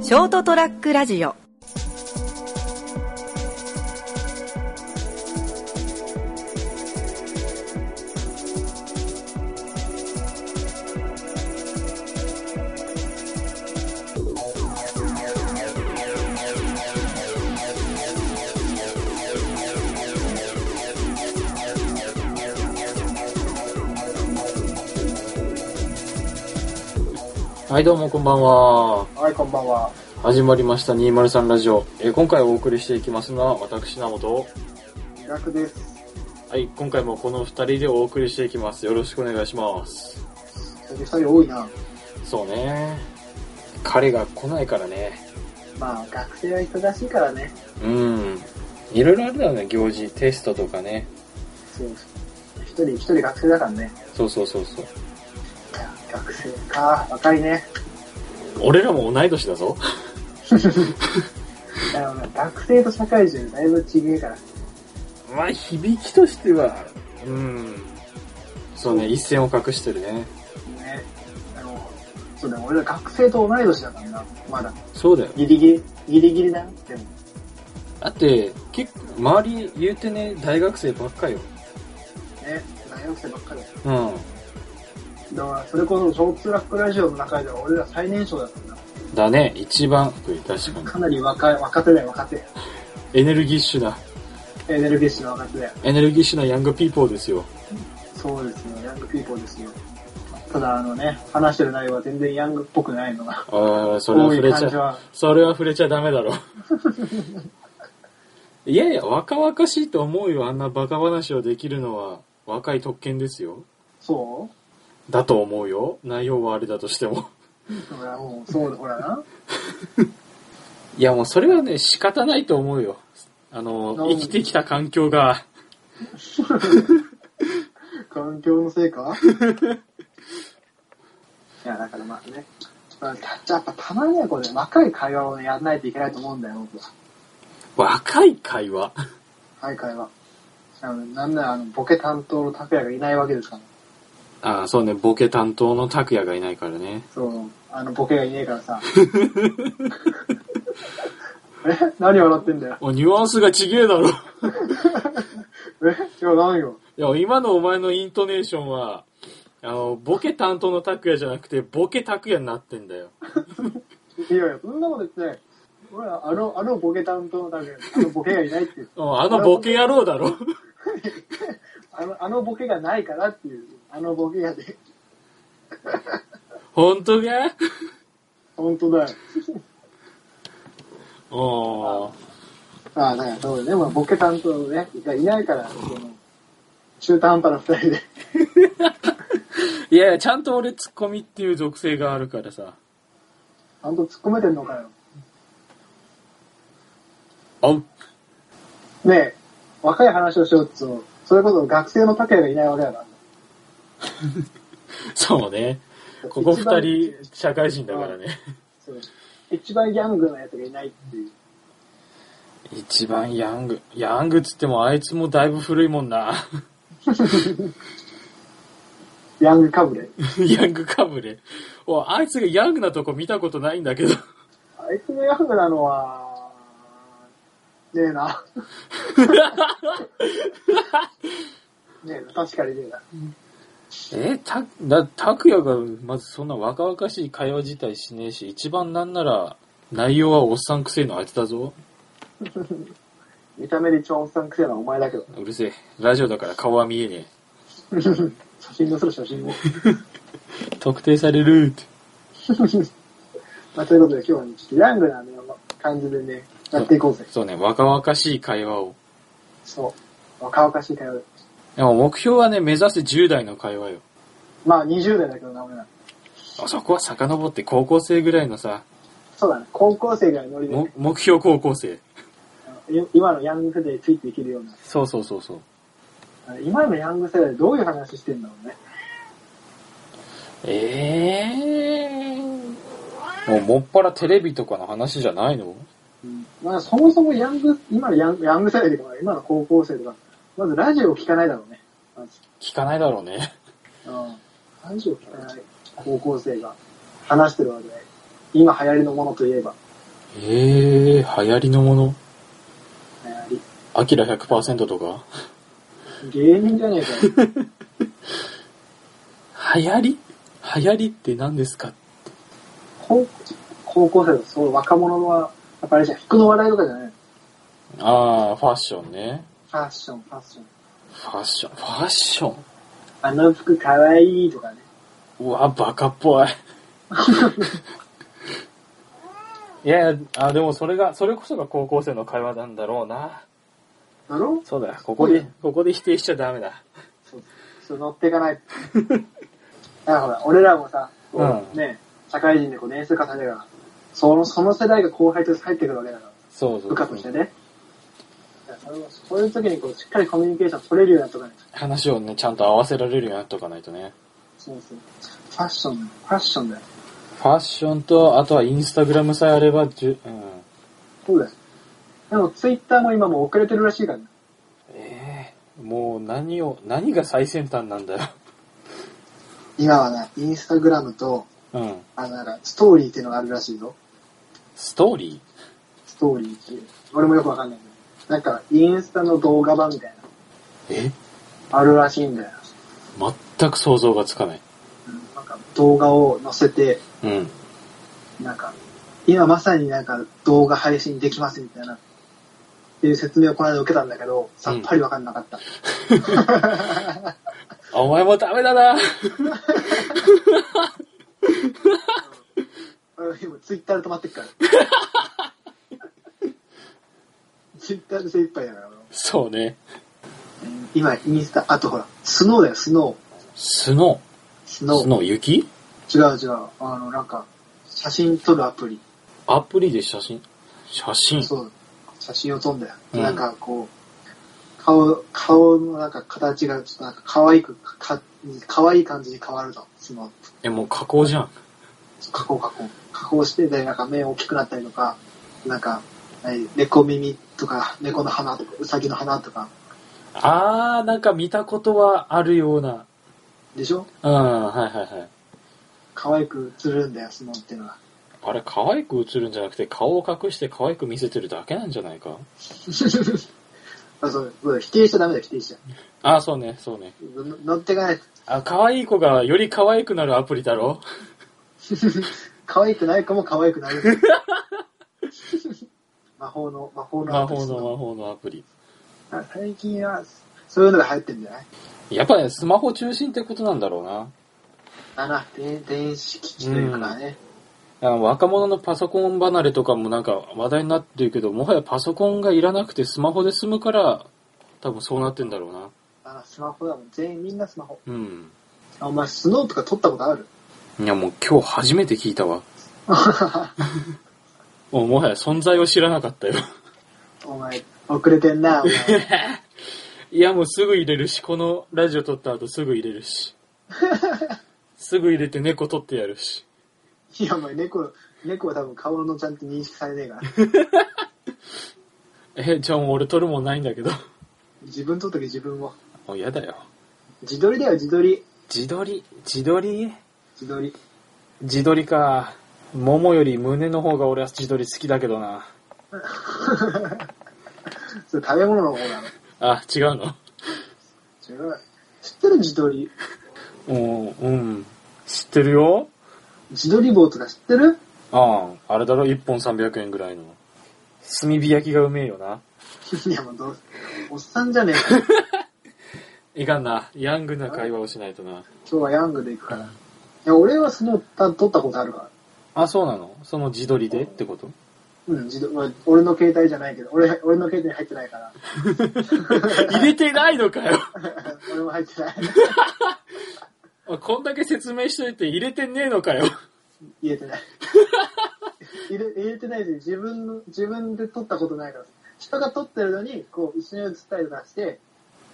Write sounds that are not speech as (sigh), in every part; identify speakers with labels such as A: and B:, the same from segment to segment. A: ショートトラックラジオ
B: はい、どうもこんばんは。
C: はい、こんばんは。
B: 始まりました203ラジオ。えー今回お送りしていきますのは私、名本。
C: 楽です。
B: はい、今回もこの2人でお送りしていきます。よろしくお願いします。
C: 二人多いな。
B: そうね。彼が来ないからね。
C: まあ、学生は忙しいからね。
B: うん。いろいろあるだろうね、行事、テストとかね。
C: そう。一人、一人学生だからね。
B: そうそうそうそう。
C: 学生か。若いね。
B: 俺らも同い年だぞ。
C: だから学生と社会人だいぶ違えから。
B: まあ、響きとしては、うん。そうね、一線を隠してるね。
C: ね。あの、そうだよ、俺ら学生と同い年だからな。まだ。
B: そうだよ。
C: ギリギリ、ギリギリだよ。でも、
B: だって、結構、周り言うてね、大学生ばっかよ。
C: ね。大学生ばっかりだよ。
B: うん。
C: だから、それこそ、ショーツラックラジオの中では俺ら最年少だからな。
B: だね、一番、確かに。
C: かなり若い、若手だよ、若手。
B: エネルギッシュな、
C: エネルギッシュな若手だよ。
B: エネルギッシュなヤングピーポーですよ。
C: そうですよ、ヤングピーポーですよ。ただあのね、話してる内容は全然ヤングっぽくないのが、
B: あ (laughs) あ、それは
C: 多い
B: 触れ
C: 感
B: ち
C: じ
B: ゃ、
C: は。
B: それは触れちゃダメだろ。 (laughs) いやいや、若々しいと思うよ、あんなバカ話をできるのは、若い特権ですよ。
C: そ
B: だと思うよ。内容はあれだとしても。 (laughs)
C: うほら、もう、そうだ、ほらな。
B: いや、もうそれはね、仕方ないと思うよ。あの、
C: うん
B: 生きてきた環境が、
C: 環境のせいか (laughs) いや、だからまあね。まあ、たやっぱたまにはこれ、若い会話をね、やらないといけないと思うんだよ、僕は。
B: 若い会話。
C: はい、会話。あのなんなら、あの、ボケ担当の拓也がいないわけですから。
B: ああ、そうね、ボケ担当の拓也がいないからね。
C: そう、あの、ボケがいねえか
B: (laughs)
C: らさ。え何笑ってんだよ。
B: お、ニュアンスがちげえだろ。
C: え違う、何よ。
B: いや、今のお前のイントネーションは、あの、ボケ担当の拓也じゃなくて、ボケ拓也になってんだよ。
C: いやいや、そんなこと言ってない。俺はあの、あのボケ担当のため、あのボケがいないっていう。
B: うんあのボケ野郎だろ。
C: あの、あのボケがないからっていう。あのボケがで。
B: (laughs) 本当 (laughs) か
C: 本当だよ。
B: お
C: ああ、だからそうだね。まあ、ボケ担当のね、がいないから、その、中途半端な二人で。
B: いやいや、ちゃんと俺ツッコミっていう属性があるからさ。
C: あんと突っ込めてんのかよ。
B: あう。
C: ねえ、若い話をしようっつうのそれこそ学生の竹谷がいないわけだから。
B: そうね。ここ
C: 一番
B: 二人、社会人だからね。
C: そう一番ギャングなやつがいないっていう。
B: 一番ヤング。ヤングっつってもあいつもだいぶ古いもんな。
C: ヤングかぶれ。
B: (laughs) ヤングかぶれ。おあいつがヤングなとこ見たことないんだけ (laughs) ど。
C: あいつのヤングなのは、ねえな。ねえな、確かにねえな。
B: え、た、だ、拓也が、まずそんな若々しい会話自体しねえし、一番なんなら、内容はおっさんくせえのあいつだぞ。
C: 見た目で一番おっさんくせえのはお前だけど。
B: うるせえ。ラジオだから顔は見えね
C: 写真のする写真も。
B: え。特定されるって。
C: (laughs) まあ、ということで今日はね、ちょっとヤングな、ね、感じでね、やっていこうぜ。
B: そうね、若々しい会話を。
C: そう。若々しい会話で。
B: でも目標はね、目指せ10代の会話よ。
C: まあ20代だけどな、俺ら。
B: あそこは遡って高校生ぐらいのさ、
C: そうだね、高校生ぐらいのノリでね、
B: も目標高校生。
C: あのい今のヤング世代についていけるような。
B: そうそうそうそう。
C: あの今のヤング世代どういう話してんだろうね。
B: ええもうもっぱらテレビとかの話じゃないの
C: うんまあ、そもそもヤング、今のヤンヤング世代とか、今の高校生とか、まずラジオを聞かないだろうね。まず
B: 聞かないだろうね。
C: うん。ラジオを聞かない高校生が話してるわけで、今流行りのものといえば。
B: ええー、流行りのもの
C: やはり
B: アキラ100%とか
C: 芸人じゃねえかよ。
B: 流行り流行りって何ですか
C: 高高校生だとそう若者は、やっぱりじゃん服の話題とかじゃないの
B: ああ、ファッションね。
C: ファッション、ファッション。
B: ファッション、ファッション。
C: あの服かわいいとかね。
B: うわ、バカっぽい。 (laughs) いやいや、あ、でもそれが、それこそが高校生の会話なんだろうな。
C: だろ
B: そうだ、ここで、ここで否定しちゃダメだ。
C: そう。そう乗っていかない。だからほら、俺らもさ、こう
B: うん
C: ね、社会人でこう年数重ねるから、その、その世代が後輩として入ってくるわけだから、
B: そうそう
C: 部下とし
B: そ
C: て
B: う。
C: ね。だからそれをそういう時にこう、しっかりコミュニケーション取れるようになっとかないと。
B: 話をね、ちゃんと合わせられるようになっとかないとね。
C: そうそう。ファッション、ファッションだよ。
B: ファッションと、あとはインスタグラムさえあれば、じゅ、うん。
C: そうだよ。でもツイッターも今もう遅れてるらしいからね。
B: ええもう何を、何が最先端なんだよ。
C: 今はね、インスタグラムと、
B: うん。
C: あの、なんか、ストーリーっていうのがあるらしいぞ。
B: ストーリ
C: ストーリーっていう。俺もよくわかんないけど。なんか、インスタの動画版みたい
B: ーえ
C: な、あるらしいんだよ。
B: 全く想像がつかない。
C: うんなんか、動画を載せて、
B: うん。
C: なんか、今まさになんか動画配信できますみたいな、っていう説明をこの間受けたんだけど、さっぱりわかんなかった。
B: あお前もダメだな (laughs)
C: 俺今ツイッターで止まってっから。ツイッターで精一杯だから。俺
B: そうね。
C: 今、インスタ、あとほら、スノーだよ、スノー。
B: スノ
C: ス
B: ー。
C: ノー。
B: スノー、雪
C: 違う違う。あの、なんか、写真撮るアプリ。
B: アプリで写真写真
C: そう。写真を撮んだよ。
B: うん
C: なんかこう、顔、顔のなんか形がちょっとなんか可愛く、か、可愛い感じに変わるの。その、
B: え、もう加工じゃん。
C: 加工加工。加工して、で、なんか目大きくなったりとか、なんか、はい猫耳とか、猫の鼻とか、うさぎの鼻とか、
B: あー、なんか見たことはあるような。
C: でしょ
B: うん、はいはいはい。
C: 可愛く映るんだよ、スノーっていうのは。 (laughs)
B: あれ、可愛く映るんじゃなくて、顔を隠して可愛く見せてるだけなんじゃないか
C: あそうそうだ、否定しちゃダメだよ、否定しちゃ。
B: あー、そうね、そうね。
C: のの乗ってかないと。 (laughs)
B: あ、可愛い子がより可愛くなるアプリだろ
C: 可愛くない (laughs) 子も可愛くなる。魔法の、魔法の
B: 魔法
C: そ
B: の
C: の
B: 魔法のアプリ。
C: あ最近は、そういうのが流行ってるんじゃない
B: やっぱね、スマホ中心ってことなんだろうな。
C: だな、電電子機器というかね。
B: あの若者のパソコン離れとかもなんか話題になってるけど、もはやパソコンがいらなくてスマホで済むから、多分そうなってんだろうな。
C: あスマホだもん。全員みんなスマホ。
B: うん。
C: あお前、スノーとか撮ったことある
B: いやもう今日初めて聞いた (laughs) わ。もうもはや存在を知らなかったよ。
C: お前、遅れてんな、お前。 (laughs)
B: いやもうすぐ入れるし、このラジオ撮った後すぐ入れるし。すぐ入れて猫撮ってやるし。
C: いや、お前、猫、猫は多分顔のちゃんと認識されねえから。
B: え、じゃあもう俺撮るもんないんだけど。
C: 自分撮っとき自分を。
B: もうやだよ。
C: 自撮りだよ、自撮り。
B: 自撮り、自撮り
C: 自撮り。
B: 自撮りか。桃より胸の方が俺は自撮り好きだけどな。
C: それ食べ物の方なの。
B: あ、違うの
C: 違う。知ってる自撮り。
B: うん、うん。知ってるよ
C: 自撮り棒とか知ってる
B: ああ、あれだろ、1本300円ぐらいの。炭火焼きがうめえよな。
C: いや、もうどう、おっさんじゃねえか。
B: いかんな。ヤングな会話をしないとな。
C: 今日はヤングで行くから。いや、俺はその、た撮ったことあるから。
B: あ、そうなのその自撮りでってこと
C: うん、自動、まあ俺の携帯じゃないけど、俺、俺の携帯に入ってないか
B: (laughs)
C: ら。(laughs)
B: 入れてないのかよ
C: 俺も入ってない。
B: こんだけ説明しといて入れてねえのかよ
C: 入れてない。 (laughs) 入れ入れてないで、自分の、自分で撮ったことないから。人が撮ってるのに、こう、一緒に写ったりとかして、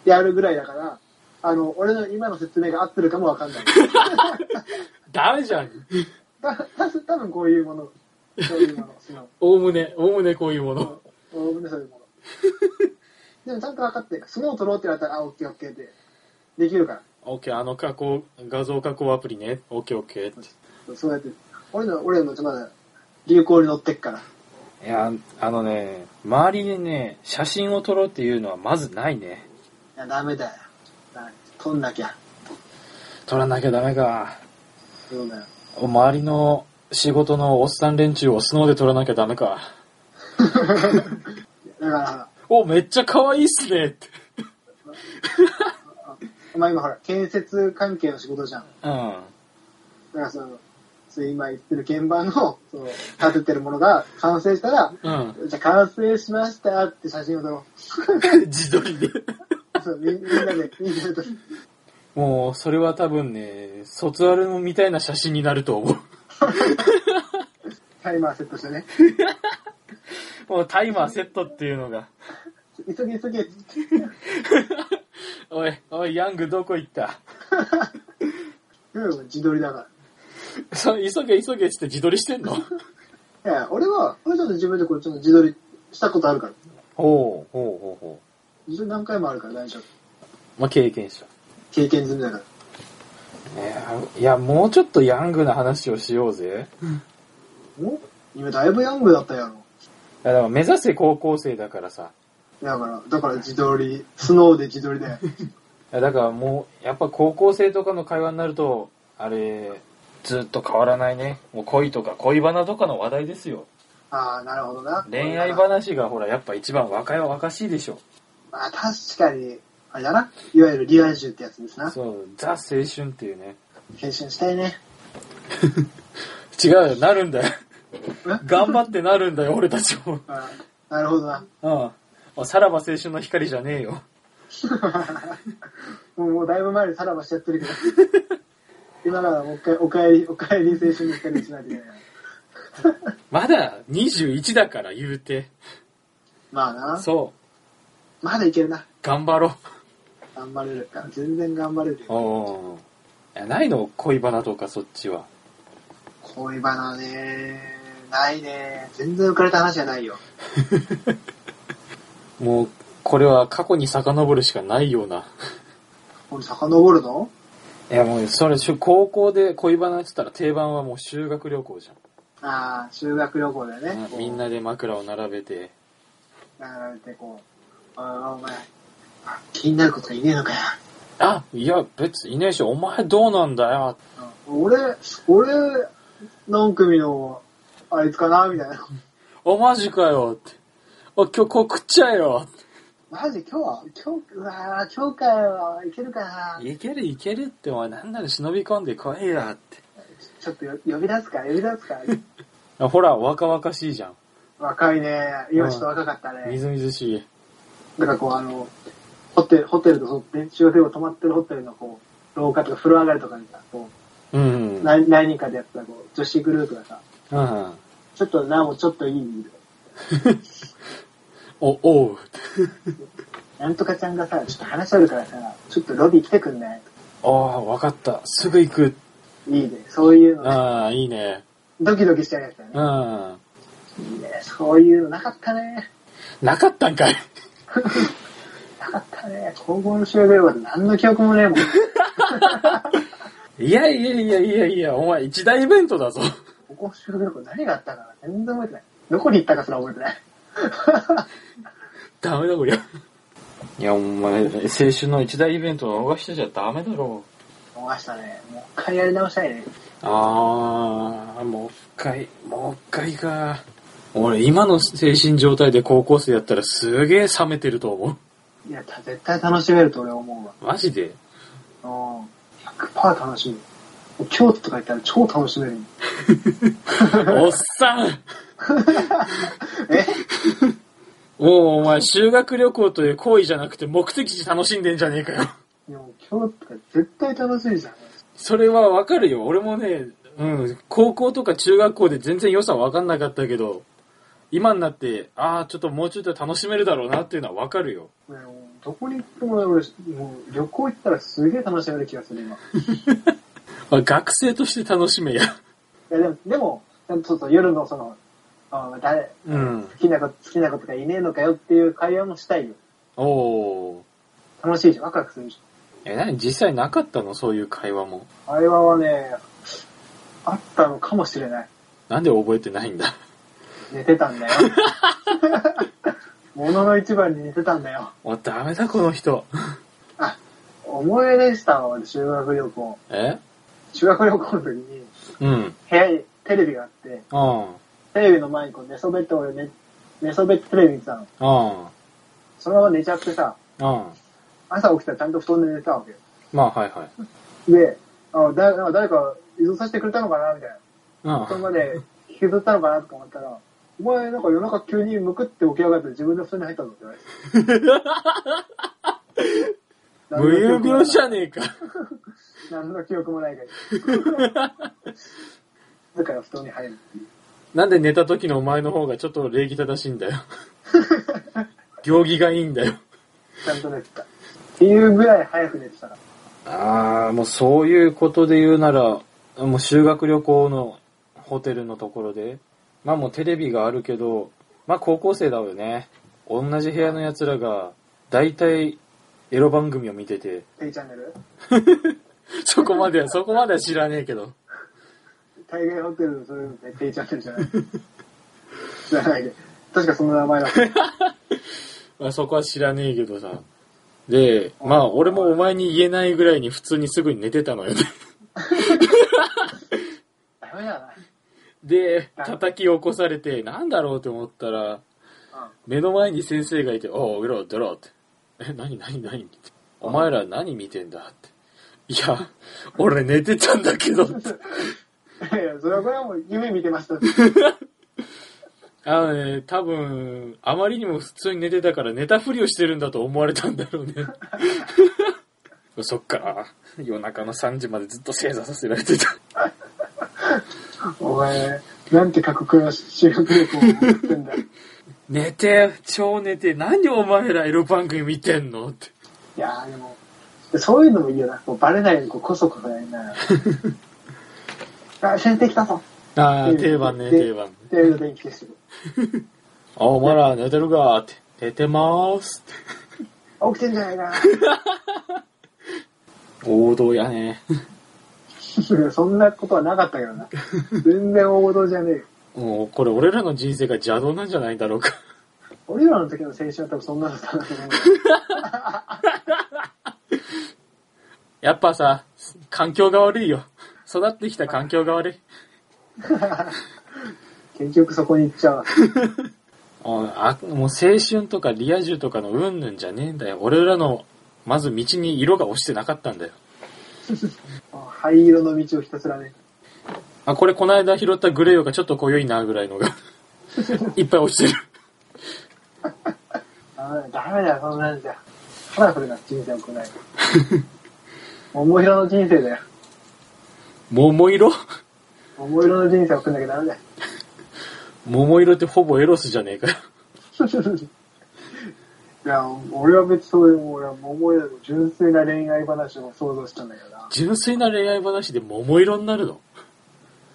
C: やるぐらいだから、あの、俺の今の説明が合ってるかもわかんない。 (laughs)
B: ダメじゃん。
C: た、た、多分こういうもの。そういうもの。その、
B: おおむね、おおむねこういうもの。
C: おおむねそういうもの。でもちゃんと分かってるから、スノー撮ろうってなったら、あ、オッケーオッケーで、できるから。
B: オッケー、あの加工、画像加工アプリね。オッケーオッケーって。
C: そうやって、俺の、俺のまだ流行に乗ってっから。
B: いや、あのね、周りでね、写真を撮ろうっていうのはまずないね。
C: いや、ダメだよ。だ撮んなきゃ。
B: 撮らなきゃダメか。
C: そうだよ。
B: 周りの仕事のおっさん連中をスノーで撮らなきゃダメか。
C: だから、
B: お、めっちゃ可愛いっすねって。
C: まあ今ほら、建設関係の仕事じゃん。だ
B: うん。
C: からその、それ今言ってる現場の、その、建ててるものが完成したら、
B: うん。
C: じゃあ完成しましたって写真を撮ろ
B: (laughs) 自撮りで。
C: う。そうみみん (laughs) なで、みんなで撮る。
B: もう、それは多分ね、卒アルみたいな写真になると思う。
C: タイマーセットしてね。
B: もうタイマーセットっていうのが。
C: 急げ急げ。
B: おい、おい、ヤングどこ行った
C: うん、自撮りだか
B: そう急げ急げっつって自撮りしてんの
C: ら。いや、俺は、俺ちょっと自分でこれちょっと自撮りしたことあるから。
B: ほう、ほうほうほ
C: 自撮り何回もあるから大丈夫。
B: う。まあ、経験者。
C: 経験済みだから。
B: いや、もうちょっとヤングな話をしようぜ。
C: お今だいぶヤングだったやろ。
B: いや、だから目指せ高校生だからさ。
C: だから、だから自撮り、スノーで自撮りだよ。
B: いや、だからもう、やっぱ高校生とかの会話になると、あれ、ずっと変わらないね。もう恋とか恋バナとかの話題ですよ。
C: ああ、なるほどな。
B: 恋愛
C: は
B: 話がほら、やっぱ一番若いは若しいでしょ。
C: まあ確かに、あれだな。いわゆるリア充ってやつですな。青
B: そう、ザ青春っていうね。
C: 春したいね。
B: 違うよ、なるんだよ。頑張ってなるんだよ、俺たちも。
C: ああなるほどな。 (laughs)
B: うん。あさらば青春の光じゃねえよ。
C: もうもうだいぶ前にさらばしちゃっ
B: (laughs)
C: てるけど。今からもう一回、おかえり、おかえり青春の光にしないといけないな。
B: まだ21だから言うて。
C: まあな。
B: そう。
C: まだいけるな。
B: 頑張ろ
C: 頑張れるから。全然頑張れる
B: う。
C: よ。
B: おいやないの恋バナとかそっちは。
C: 恋バナねないね全然浮かれた話じゃないよ。
B: もう、これは過去に遡るしかないような。
C: 俺遡るの
B: いやもう、それ、しゅ高校で恋バナって言ったら定番はもう修学旅行じ
C: ああ、修学旅行だよ
B: ゃ
C: ね
B: ん。。みんなで枕を並べて。
C: やられてこう、ああ、お前、あ気になることいねえのかよ。
B: あ、いや、別にいねえし、お前どうなんだよ。
C: うん俺、俺、何組の、あいつかなみたいな。
B: お、マジかよ。って。お、今日こう食っちゃえよ。
C: マジ今日は、今日、うわー今日からはいけるかなち
B: いけるいけるって、お前なんなら忍び込んでこいよ。って。
C: ょっとよ呼び出すか、呼び出すか。
B: あほら、若々しいじゃん。
C: 若いね。今ちょっと若かった
B: み
C: ね。
B: ずみずしい。
C: だからこう、あの、ホテル、ホテルと、そう練習生を泊まってるホテルのこう、廊下とか風呂上がりとかにさ、こ
B: うん。う
C: う、
B: ん。
C: 何何人かでやってたこう、女子グループがさ、
B: うん
C: ちょっとな、もうちょっといい
B: お、おう。
C: なんとかちゃんがさ、ちょっと話あるからさ、ちょっとロビー来てくんない
B: ああ、わかった。すぐ行く。
C: いいね。そういうのね、
B: ああ、いいね。
C: ドキドキしちゃうやつだよ
B: う
C: ね。
B: ん。
C: いいね。そういうのなかったね。 (laughs)
B: なかったんかい。
C: なかったね。高校の修学旅行で何の記憶もねえ
B: (laughs)
C: もん。
B: いやいやいやいやいや、お前一大イベントだぞ。
C: 高校の修学旅行何があったかな全然覚えてない。どこに行ったかすら覚えてない。 (laughs)
B: ダメだこりゃ。いや、お前、青春の一大イベントを逃してちゃダメだろ
C: 逃したね。もう一回やり直したいね。
B: う。ああ、もう一回、もう一回か。俺、今の精神状態で高校生やったらすげえ冷めてると思
C: いや、た絶対楽しめると俺は思う
B: う。マジで
C: わ。うん。100%楽しむ。もう京都とか行ったら超楽し
B: (laughs)
C: めるよ。
B: おっさん
C: え
B: もうお前修学旅行という行為じゃなくて目的地楽しんでんじゃねえかよ。
C: いやもう京都とか絶対楽しいじゃん。
B: それはわかるよ。俺もね、うん、高校とか中学校で全然良さわかんなかったけど、今になって、ああ、ちょっともうちょっと楽しめるだろうなっていうのはわかるよ。
C: ねもうどこに行っても俺、もう旅行行ったらすげえ楽しめる気がする、今。い
B: まあ学生として楽しめや。
C: や、でも、でも、ちょっと夜のその、あ誰、
B: うん
C: 好。きな子、好きな子とかいねえのかよっていう会話もしたいよ。
B: おお。
C: 楽しいじゃん、ワクワクするじ
B: え、なに実際なかったのそういう会話も。
C: ゃん。会話はね、あったのかもしれない。
B: なんで覚えてないんだ。
C: 寝てたんだよ。ものの一番に似てたんだよ。
B: もうダメだ、この人。
C: あ、思い出したわ、修学旅行。
B: え
C: 修学旅行の時に、
B: うん。
C: 部屋にテレビがあって、
B: うん。
C: テレビの前にこう寝そべって俺寝、寝そべってテレビ見てたの。
B: うん。
C: そのまま寝ちゃってさ、
B: うん。
C: 朝起きたらちゃんと布団で寝てたわけよ。
B: まあ、はいはい。
C: で、あだなんか誰か移動させてくれたのかなみたいな。布
B: う
C: 団
B: ん。
C: まで引きずったのかなと思ったら、お前なんか夜中急にむくって起き上がって自分で布団に入ったぞって言われて。
B: (laughs) 無遊病じゃねえか。
C: 何の記憶もないけど。 (laughs) だから布団に入るっていう。
B: なんで寝た時のお前の方がちょっと礼儀正しいんだよ。行儀がいいんだよ。
C: ちゃんと寝てた。っていうぐらい早く寝てたから。
B: ああ、もうそういうことで言うなら、もう修学旅行のホテルのところで、まあもうテレビがあるけど、まあ高校生だよね。同じ部屋の奴らが、大体、エロ番組を見てて、
C: ペイチャンネル
B: そこまでは、そこまでは知らねえけど。
C: 海外ホテルのそういうのってペイチャンネルじゃない。知らないで。確かその名前だった。
B: まあ、そこは知らねえけどさ。で、まあ、俺もお前に言えないぐらいに普通にすぐに寝てたのよね。
C: ダメだな。
B: で、叩き起こされて、なんだろうって思ったら、目の前に先生がいて、おう、出ろ、出ろって。え、なになになにって。お前ら何見てんだって。いや、俺寝てたんだけど (laughs) って。
C: うん。いやいや、それはこれはもう夢見てましたって。
B: あのね、多分、あまりにも普通に寝てたから寝たふりをしてるんだと思われたんだろ (laughs) うね。そっか。夜中の3時までずっと正座させられてた。
C: お前、なんて過酷な修学旅行を送ってんだ。い
B: (laughs) 寝て、超寝て、何お前らエロ番組見てんのって。
C: やーでも、そういうのもいいよな。もうバレないようにこうこそこそやりながら。あ、先生来たぞ。
B: ああ、定番ね、
C: で
B: 定番。
C: っていう電気消してる。
B: あ、お前ら寝てるかって。寝てまーすって。
C: あ起きてんじゃないか
B: 王道やね。
C: な。そんなことはなかったけどな。全然王道じゃねえよ。
B: もう、これ俺らの人生が邪道なんじゃないだろうか。
C: 俺らの時の青春は多分そんなのだったんだと思う。
B: やっぱさ、環境が悪いよ。育ってきた環境が悪い。
C: 結局そこに行っち
B: (laughs)
C: ゃうわ。
B: ああもう青春とかリア充とかのうんぬんじゃねえんだよ。俺らの、まず道に色が落ちてなかったんだよ。
C: 灰色の道をひたすらね。
B: あ、これこの間拾ったグレーよがちょっと濃ゆいなぐらいのが、いっぱい落ちてる。
C: ダメだよ、ダメだよ、そんなんじゃ。カラフルな人生を送らない。桃色の人生だよ。
B: 桃色
C: 桃色の人生を送んなきゃ
B: (laughs)
C: ダメだよ。
B: 桃色ってほぼエロスじゃねえかよ。
C: いや、俺は別にそういう、俺は桃色の純粋な恋愛話を想像したんだけどな。
B: 純粋な恋愛話で桃色になるの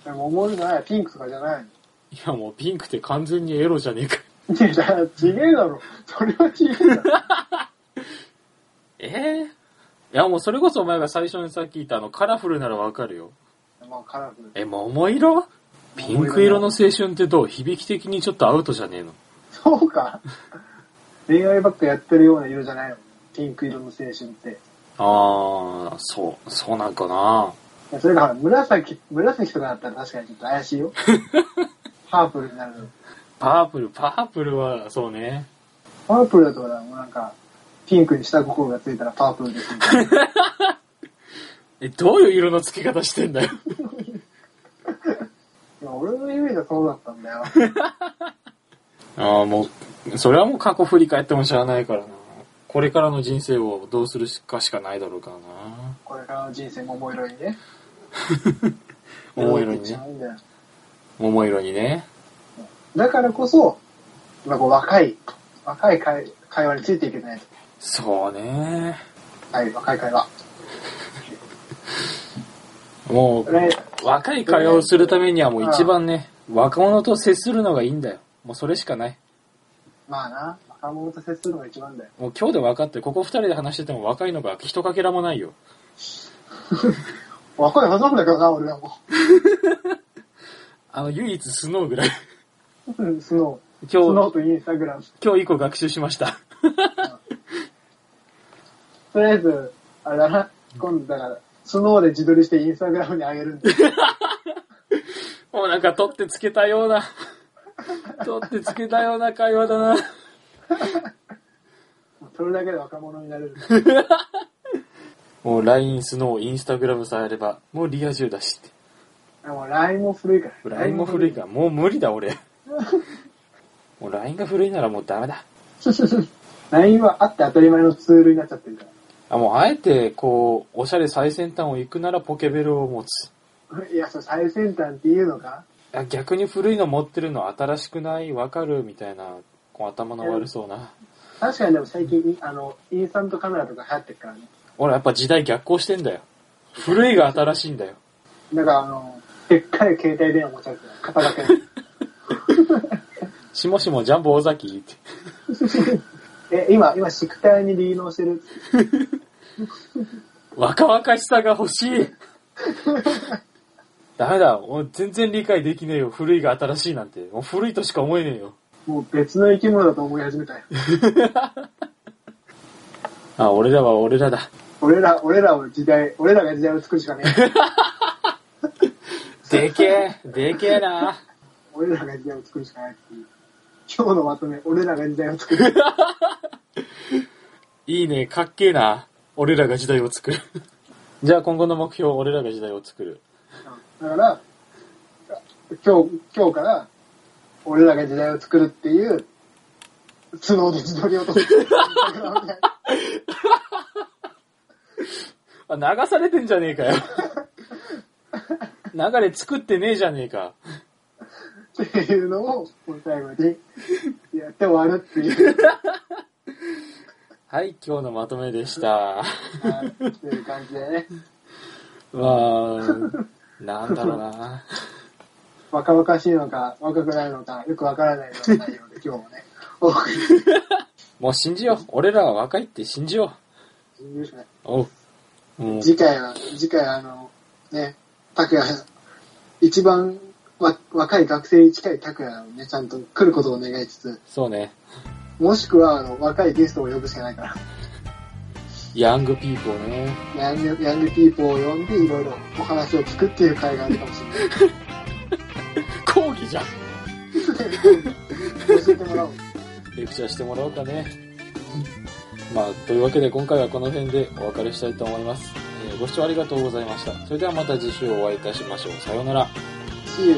C: でも桃色のないピンクとかじゃない
B: いやもうピンクって完全にエロじゃねえかよ。
C: の。いや、だから違えだろ。それは違えだ
B: (laughs)
C: ろ。
B: ええいやもうそれこそお前が最初にさっき言ったあのカラフルならわかるよ。
C: まあカラフル。
B: え、桃色ピンク色の青春ってどう響き的にちょっとアウトじゃねえの
C: そうか。恋愛ばっかやってるような色じゃないの。ピンク色の青春って。
B: あー、そう、そうなんかない
C: やそれがほら、紫、紫とかだったら確かにちょっと怪しいよ。パープルになるの。
B: パープル、パープルは、そうね。
C: パープルだとほら、もうなんか、ピンクに下心がついたらパープルですみたいな。
B: え、どういう色の付け方してんだよ。
C: いや俺のイメージはそうだったんだよ。
B: ああ、もう、それはもう過去振り返っても知らないからな。これからの人生をどうするかしかないだろうからな。
C: これからの人生桃色にね。
B: 桃色
C: 戻っ
B: に
C: ていっちゃ
B: ね。
C: うんだよ
B: 桃色にね。
C: だからこそ、今こう若い、若い会会話についていけない。
B: そうね。
C: はい、若い会話。
B: も
C: これ、
B: う、若い会話をするためにはもう一番ね、若者と接するのがいいんだよ。もうそれしかない。
C: まあな、若者と接するのが一番だよ。
B: もう今日で分かって、ここ二人で話してても若いのが一かけらもないよ。
C: 若いはずなんだけどな、俺らも。
B: あの、唯一スノーぐらい。
C: うん、スノ
B: (laughs)
C: ー。スノ
B: 今
C: ー
B: 日、
C: とインスタグラム。
B: 今日一個学習しました。
C: とりあえず、あれだな、今度だから、スノーで自撮りしてインスタグラムに上げるんで。
B: もうなんか取ってつけたような、取ってつけたような会話だな。
C: それだけで若者になれる。
B: もう LINE、スノー、インスタグラムさえあれば、もうリア充だしって。
C: あもう LINE も古いから。
B: LINE も古いから、もう無理だ俺。 (laughs) もう LINE が古いならもうダメだ。
C: LINE はあって当たり前のツールになっちゃってるか
B: あ、もうあえて、こう、おしゃれ最先端を行くならポケベルを持つ。
C: ら。いや、そう、最先端っていうのか
B: あ逆に古いの持ってるの新しくないわかるみたいな、こう頭の悪そうな。
C: 確かにでも最近、あの、インスタントカメラとか流行ってるからね。
B: 俺やっぱ時代逆行してんだよ。古いが新しいんだよ。
C: なんかあの、でっかい携帯電話持ち歩くから、肩掛
B: (laughs) しもしもジャンボ尾崎って。
C: けの。え、今、今、シクタイに流能してる。
B: 若々しさが欲しい (laughs) ダメだ、俺全然理解できねえよ。古いが新しいなんて。もう古いとしか思えねえよ。
C: もう別の生き物だと思い始めたよ。
B: あ、俺らは俺らだ。
C: 俺ら、俺らを時代、俺らが時代を作るしかねえ。
B: でけえ、でけえな。
C: 俺らが時代を作るしかないっていう。今日のまとめ、俺らが時代を作る。
B: いいね、かっけえな。俺らが時代を作る。じゃあ今後の目標、俺らが時代を作る。
C: だから、今日、今日から、俺らが時代を作るっていう、頭脳で自撮りを撮る。
B: あ、流されてんじゃねえか (laughs) よ。流れ作ってねえじゃねえか。
C: っていうのを、もう最後に、やって終わるっていう、
B: はい、今日のまとめでした。
C: はいっていう感じでね、
B: まあ、なんだろうな。
C: 若々しいのか、若くないのか、よくわからないような内容で今日もね、お送りしてる
B: もう信じよう。俺らは若いって信じよ。
C: しかないう
B: おう。うん
C: 次回は、次回はあの、ね、拓也、一番わ若い学生に近い拓也をね、ちゃんと来ることを願いつつ、
B: そうね。
C: もしくはあの若いゲストを呼ぶしかないから、
B: ヤングピーポーね。
C: ヤングヤングピーポーを呼んでいろいろお話を聞くっていう会があるかもしれない。
B: 講義じゃん
C: 教えてもらおう。
B: レクチャーしてもらおうかね。まあ、というわけで今回はこの辺でお別れしたいと思います。えーご視聴ありがとうございました。それではまた次週お会いいたしましょう。さようなら。
C: See you.